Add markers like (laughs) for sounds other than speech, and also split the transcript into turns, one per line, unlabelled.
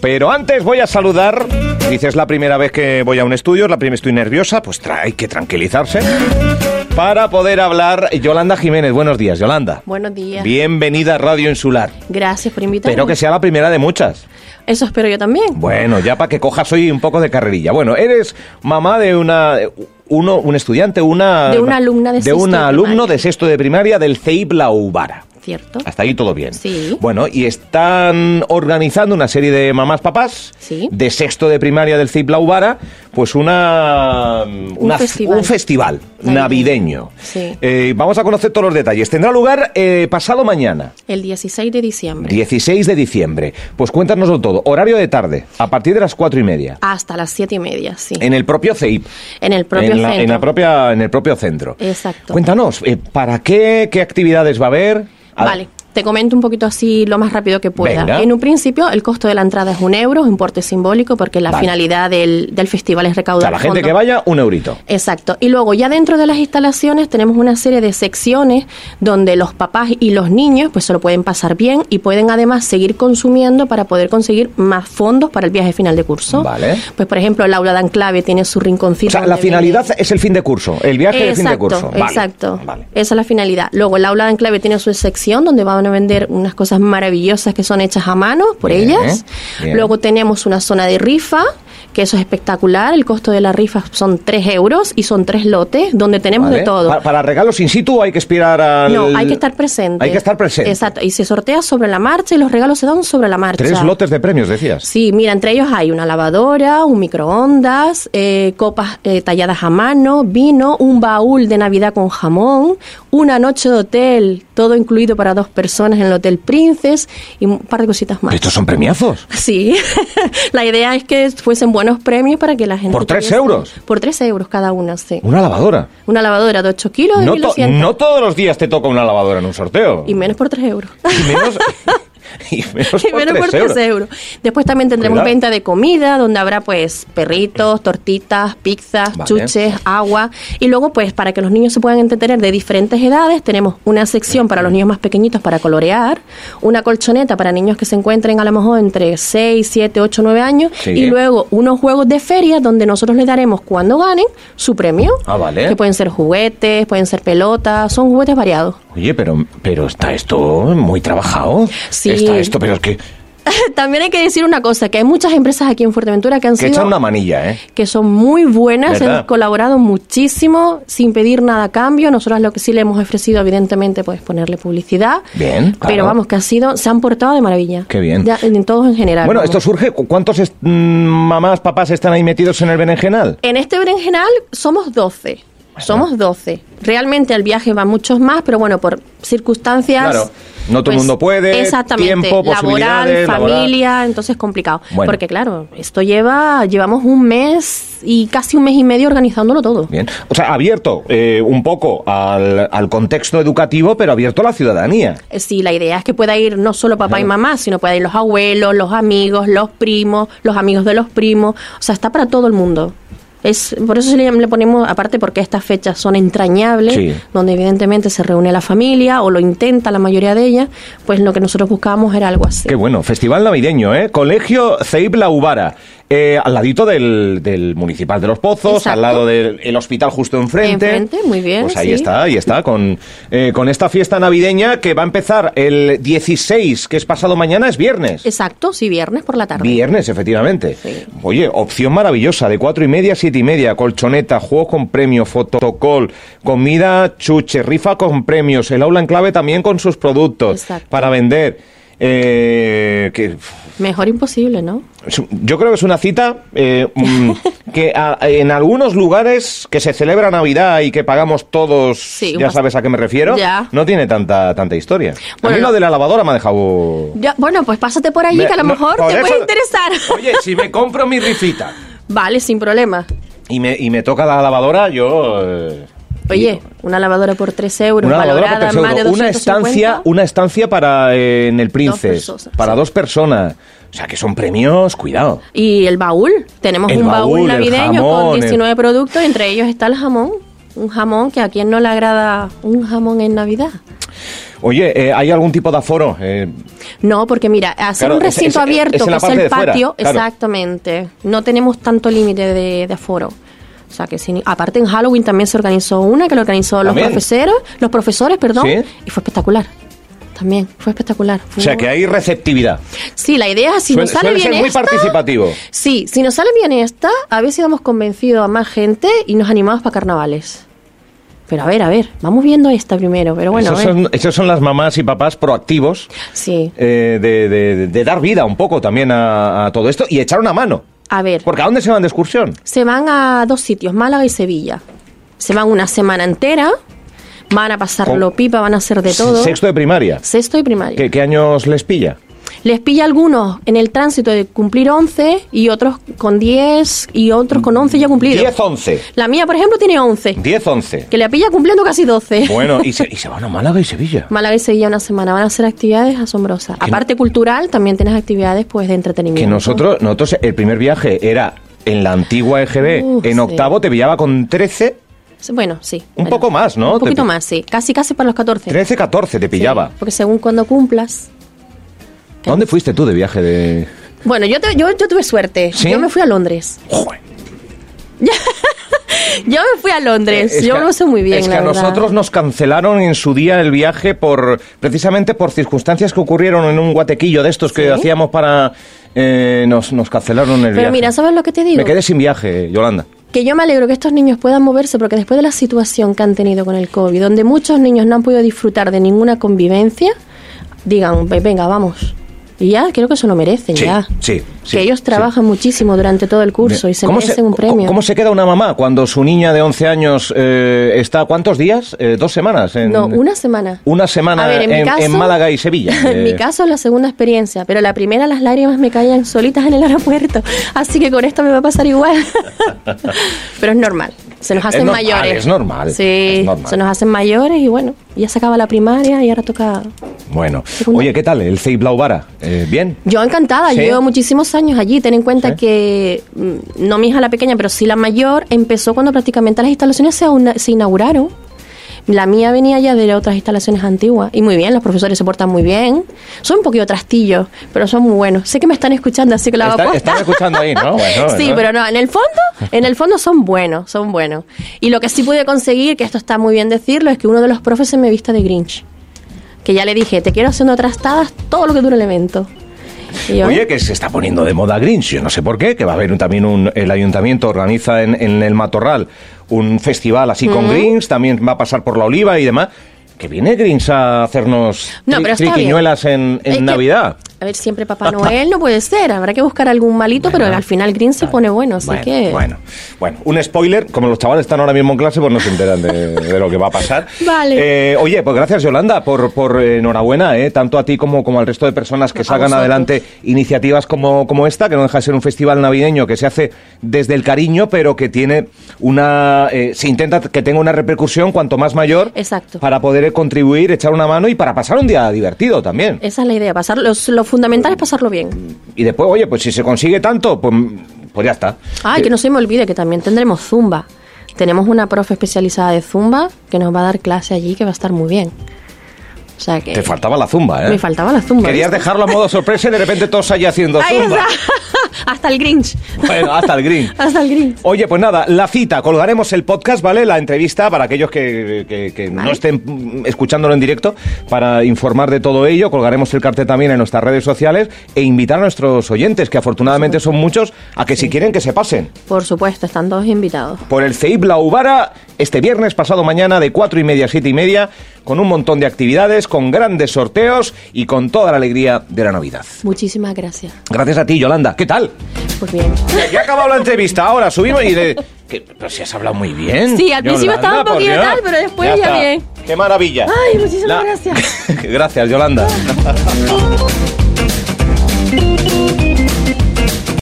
Pero antes voy a saludar. Dices la primera vez que voy a un estudio, es la primera estoy nerviosa, pues tra- hay que tranquilizarse. Para poder hablar, Yolanda Jiménez. Buenos días, Yolanda.
Buenos días.
Bienvenida a Radio Insular.
Gracias por invitarme.
Espero que sea la primera de muchas.
Eso espero yo también.
Bueno, ya para que cojas hoy un poco de carrerilla. Bueno, eres mamá de una uno, un estudiante, una
De una alumna de
de
sexto
un
de
alumno
primaria.
de sexto de primaria del CEIP La Ubara.
¿Cierto?
Hasta ahí todo bien.
Sí.
Bueno, y están organizando una serie de mamás papás
Sí.
de sexto de primaria del CIP La Ubara, pues una, una-
festival.
un festival
Navideño.
navideño.
Sí.
Eh, vamos a conocer todos los detalles. Tendrá lugar eh, pasado mañana,
El 16 de diciembre.
16 de diciembre. Pues cuéntanoslo todo. Horario de tarde, a partir de las cuatro y media.
Hasta las 7 y media, sí.
En el propio CEIP.
En el propio
en, la-
centro.
en la propia, en el propio centro.
Exacto.
Cuéntanos, eh, ¿para qué? ¿Qué actividades va a haber? A-
Vale. Te comento un poquito así lo más rápido que pueda.
Venga.
En un principio, el costo de la entrada es un euro, un importe simbólico, porque la
Vale.
finalidad del, del festival es
O
recaudar.
sea, la gente
fondos.
que vaya, un eurito.
Exacto. Y luego ya dentro de las instalaciones tenemos una serie de secciones donde los papás y los niños pues se lo pueden pasar bien y pueden además seguir consumiendo para poder conseguir más fondos para el viaje final de curso.
Vale.
Pues por ejemplo el aula de anclave tiene su rinconcito.
O sea,
donde
la finalidad
viene-
es el fin de curso, el viaje del fin de
Exacto,
curso. Vale,
exacto.
vale.
Esa es la finalidad. Luego el aula de enclave tiene su sección donde van a vender unas cosas maravillosas que son hechas a mano por
Bien,
ellas.
bien.
Luego tenemos una zona de rifa, que eso es espectacular. El costo de la rifa son 3 euros y son tres lotes donde tenemos
Vale.
de todo.
Pa- Para, regalos in situ hay que esperar al...
No, hay que estar presente.
Hay que estar presente.
Exacto. Y se sortea sobre la marcha y los regalos se dan sobre la marcha.
Tres lotes de premios, decías.
Sí, mira, entre ellos hay una lavadora, un microondas, eh, copas eh, talladas a mano, vino, un baúl de Navidad con jamón, una noche de hotel, todo incluido para dos personas en el Hotel Princes y un par de cositas
Pero
más.
estos son premiazos.
Sí, (laughs) la idea es que fuesen buenos premios para que la gente...
¿Por tres
tuviese-
euros?
Por tres euros cada una, sí.
Una lavadora.
Una lavadora de 8 kilos de
No, to-
1.200
no todos los días te toca una lavadora en un sorteo.
y menos por tres euros.
Y menos,
(laughs)
y menos (laughs)
Y
por
menos
tres
por 3 euros. Después también tendremos
Cuidado.
venta de comida, donde habrá pues perritos, tortitas, pizzas,
Vale.
chuches, agua. Y luego pues para que los niños se puedan entretener de diferentes edades, tenemos una sección para los niños más pequeñitos para colorear, una colchoneta para niños que se encuentren a lo mejor entre 6, 7, 8, 9 años.
Sí.
Y luego unos juegos de feria donde nosotros les daremos cuando ganen su premio.
Ah, vale.
Que pueden ser juguetes, pueden ser pelotas, son juguetes variados. (laughs)
Oye, pero, pero está esto muy trabajado.
Sí.
Está esto, pero es que,
También hay que decir una cosa, que hay muchas empresas aquí en Fuerteventura que han
que
sido
echan una manilla, ¿eh?
que son muy buenas,
¿Verdad?
han colaborado muchísimo sin pedir nada a cambio. Nosotros lo que sí le hemos ofrecido, evidentemente, pues ponerle publicidad.
Bien, claro.
Pero vamos, que ha sido, se han portado de maravilla.
Qué bien.
Ya, en, en todos en general.
Bueno,
vamos.
esto surge... ¿cu- ¿Cuántos est- mm, mamás, papás están ahí metidos en el berenjenal?
En este berenjenal somos 12. Somos 12. Realmente al viaje van muchos más, pero bueno, por circunstancias. pues,
Claro. No todo el mundo puede,
Exactamente.
tiempo,
laboral,
posibilidades, laboral.
familia, entonces complicado.
Bueno.
Porque claro, esto lleva, llevamos un mes y casi un mes y medio organizándolo todo.
Bien. O sea, abierto eh, un poco al, al contexto educativo, pero abierto a la ciudadanía.
Eh, Sí, la idea es que pueda ir no solo papá y mamá, sino pueda ir los abuelos, los amigos, los primos, los amigos de los primos. O sea, está para todo el mundo. Es, por eso se le, le ponemos, aparte porque estas fechas son entrañables,
Sí.
donde evidentemente se reúne la familia o lo intenta la mayoría de ellas, pues lo que nosotros buscábamos era algo así.
Qué bueno. Festival navideño, ¿eh? Colegio Ceib La Ubara. eh, al ladito del, del Municipal de los Pozos,
Exacto.
al lado del el hospital justo enfrente.
Enfrente, muy bien,
Pues ahí
sí.
está, ahí está, con, eh, con esta fiesta navideña que va a empezar el 16, que es pasado mañana, es viernes.
Exacto, sí, viernes por la tarde.
Viernes, efectivamente.
Sí.
Oye, opción maravillosa, de cuatro y media a siete y media, colchoneta, juegos con premios, fotocol, comida chuche, rifa con premios, el aula en clave también con sus productos
Exacto.
para vender. Eh, que,
Mejor imposible, ¿no?
es un- yo creo que es una cita eh,
(laughs)
mm, que a- en algunos lugares que se celebra Navidad y que pagamos todos,
Sí, un
ya
pas-
sabes a qué me refiero,
Ya.
no tiene tanta tanta historia.
Bueno,
a mí lo
no.
de la lavadora me ha dejado...
Ya, bueno, pues pásate por allí,
Me-
que a lo
no,
mejor
por
te
eso-
puede interesar.
(laughs) Oye, si me compro mi rifita
vale, sin problema.
y me, y me toca la lavadora, yo... eh,
Oye, una lavadora por 3 euros,
una lavadora por
valorada
tres
en más de
euros. una
250.
estancia, una estancia para eh, en el Princes,
personas,
para
sí.
dos personas. O sea, que son premios, cuidado.
Y el baúl, tenemos
El
un
baúl,
baúl,
el
navideño
jamón, el-
con 19 productos, entre ellos está el jamón. Un jamón que a quien no le agrada un jamón en Navidad.
Oye, eh, ¿hay algún tipo de aforo? Eh,
No, porque mira, hacer
Claro,
un
es-
recinto
es-
abierto,
es en
que
la
es
parte
el
de fuera,
patio,
claro.
exactamente. No tenemos tanto límite de, de aforo. O sea que sin- aparte en Halloween también se organizó una que lo organizó los
También.
profesores, los profesores, perdón,
Sí.
y fue espectacular. También, fue espectacular.
o sea, que hay receptividad.
Sí, la idea es si
Suele-
nos sale
suele
bien
ser muy
esta,
participativo.
Sí, si nos sale bien esta, a ver si damos convencido a más gente y nos animamos para carnavales. Pero a ver, a ver, vamos viendo esta primero, pero bueno, eh.
Esos
a ver.
son, esos son las mamás y papás proactivos
Sí.
eh, de, de- de dar vida un poco también a, a todo esto y echar una mano.
A ver.
Porque ¿a dónde se van de excursión?
Se van a dos sitios, Málaga y Sevilla. Se van una semana entera, van a pasarlo
Con-
pipa, van a hacer de todo.
Oh. Sexto de primaria.
Sexto y primaria.
¿Qué, qué años les pilla?
Les pilla algunos en el tránsito de cumplir 11 y otros con 10 y otros con 11 ya cumplidos.
10-11.
La mía, por ejemplo, tiene 11,
10-11.
que la pilla cumpliendo casi 12.
Bueno, y se, y se van a Málaga y Sevilla.
Málaga y Sevilla una semana van a hacer actividades asombrosas.
Que no-
Aparte cultural, también tienes actividades pues de
Que
entretenimiento.
nosotros, nosotros el primer viaje era en la antigua EGB,
Uf,
en
sí.
octavo te pillaba con 13,
Bueno, sí.
Un
bueno.
poco más, ¿no?
Un poquito
Te-
más, sí. Casi, casi para los 14.
13, 14 te
Sí,
pillaba.
porque según cuando cumplas.
¿A ¿Dónde fuiste tú de viaje de...?
Bueno, yo, te- yo, yo tuve suerte.
¿Sí?
Yo me fui a Londres. (laughs)
Joder.
Yo me fui a Londres.
Eh, Es
yo
que-
lo sé muy bien.
Es que
la
a
verdad.
nosotros nos cancelaron en su día el viaje por precisamente por circunstancias que ocurrieron en un guatequillo de estos que
¿Sí?
hacíamos para... eh, nos, nos cancelaron el viaje.
Pero mira, ¿sabes lo que te digo?
Me quedé sin viaje, Yolanda.
Que yo me alegro que estos niños puedan moverse porque después de la situación que han tenido con el COVID, donde muchos niños no han podido disfrutar de ninguna convivencia, digan, "Ve- venga, vamos. Y ya, creo que se lo merecen,
Sí,
ya.
sí, sí,
que ellos
sí.
trabajan muchísimo durante todo el curso y se merecen un premio.
¿Cómo se queda una mamá cuando su niña de 11 años eh, está cuántos días? Eh, ¿Dos semanas? en-
No, una semana.
Una semana
A ver, mi
en-
caso-
en Málaga y Sevilla.
(laughs) en
Eh,
mi caso es la segunda experiencia, pero la primera las lágrimas me caían solitas en el aeropuerto, así que con esto me va a pasar igual. (laughs) pero es normal, se nos
Es
hacen
normal,
mayores.
es normal,
Sí,
es normal.
se nos hacen mayores y bueno, ya se acaba la primaria y ahora toca...
Bueno,
Segunda.
oye, ¿qué tal el CEI Blaubara? Eh, ¿Bien?
Yo encantada,
Sí.
yo llevo muchísimos años allí, ten en cuenta
Sí.
que mm, no mi hija la pequeña, pero sí la mayor, empezó cuando prácticamente las instalaciones se, auna- se inauguraron. La mía venía ya de otras instalaciones antiguas. Y muy bien, los profesores se portan muy bien. Son un poquito trastillos, pero son muy buenos. Sé que me están escuchando, así que la hago
Están-
aposta.
están escuchando ahí,
(laughs)
¿no? Ah, Bueno,
sí,
bueno.
pero no, en el fondo, en el fondo son buenos, son buenos. Y lo que sí pude conseguir, que esto está muy bien decirlo, es que uno de los profes se me vista de Grinch. Que ya le dije, te quiero haciendo trastadas todo lo que dure el evento. Y yo,
Oye, que se está poniendo de moda Grinch, yo no sé por qué, que va a haber un- también un... El ayuntamiento organiza en, en el Matorral un festival así
Mm.
con Grinch, también va a pasar por la Oliva y demás. Que viene Grinch a hacernos
No,
tri-
pero está bien.
triquiñuelas en, en
Es que-
Navidad.
A ver, siempre Papá Noel no puede ser. Habrá que buscar algún malito, pero
Bueno.
al final Green se pone bueno, así
bueno,
que.
Bueno, bueno, un spoiler, como los chavales están ahora mismo en clase, pues no se enteran de, de lo que va a pasar.
(laughs) Vale.
Eh, oye, pues gracias Yolanda por, por eh, enhorabuena, eh, tanto a ti como, como al resto de personas que
A
sacan
vosotros.
adelante iniciativas como, como esta, que no deja de ser un festival navideño que se hace desde el cariño, pero que tiene una... eh, se intenta que tenga una repercusión cuanto más mayor
Exacto.
para poder eh, contribuir, echar una mano y para pasar un día divertido también.
Esa es la idea. Pasar, lo, lo fundamental es pasarlo bien.
Y después, oye, pues si se consigue tanto, pues, pues ya está.
Ay, Ah, que no se me olvide que también tendremos Zumba. Tenemos una profe especializada de Zumba que nos va a dar clase allí que va a estar muy bien. O sea que.
Te faltaba la zumba, ¿eh?
Me faltaba la Zumba.
Querías
¿viste?
dejarlo a modo sorpresa y de repente todos allí haciendo
Ahí
zumba.
está. (laughs) Hasta el Grinch.
Bueno, hasta el green.
Hasta el Grinch.
Oye, pues nada, la cita, colgaremos el podcast, ¿vale? La entrevista para aquellos que, que- que no
Vale.
estén mm, escuchándolo en directo, para informar de todo ello, colgaremos el cartel también en nuestras redes sociales e invitar a nuestros oyentes, que afortunadamente son muchos, a que si quieren que se pasen
Por supuesto, están todos invitados.
por el CEIP La Ubara este viernes, pasado mañana, de 4 y media a 7 y media, con un montón de actividades, con grandes sorteos y con toda la alegría de la Navidad.
Muchísimas gracias.
Gracias a ti, Yolanda. ¿Qué tal?
Pues bien.
Ya ha acabado la entrevista, ahora subimos y de... que- pero si has hablado muy bien.
Sí, al principio estaba un
por
poquillo
Dios.
tal, pero después ya
está.
bien.
Qué maravilla. (laughs)
Ay, muchísimas gracias.
gracias, Yolanda.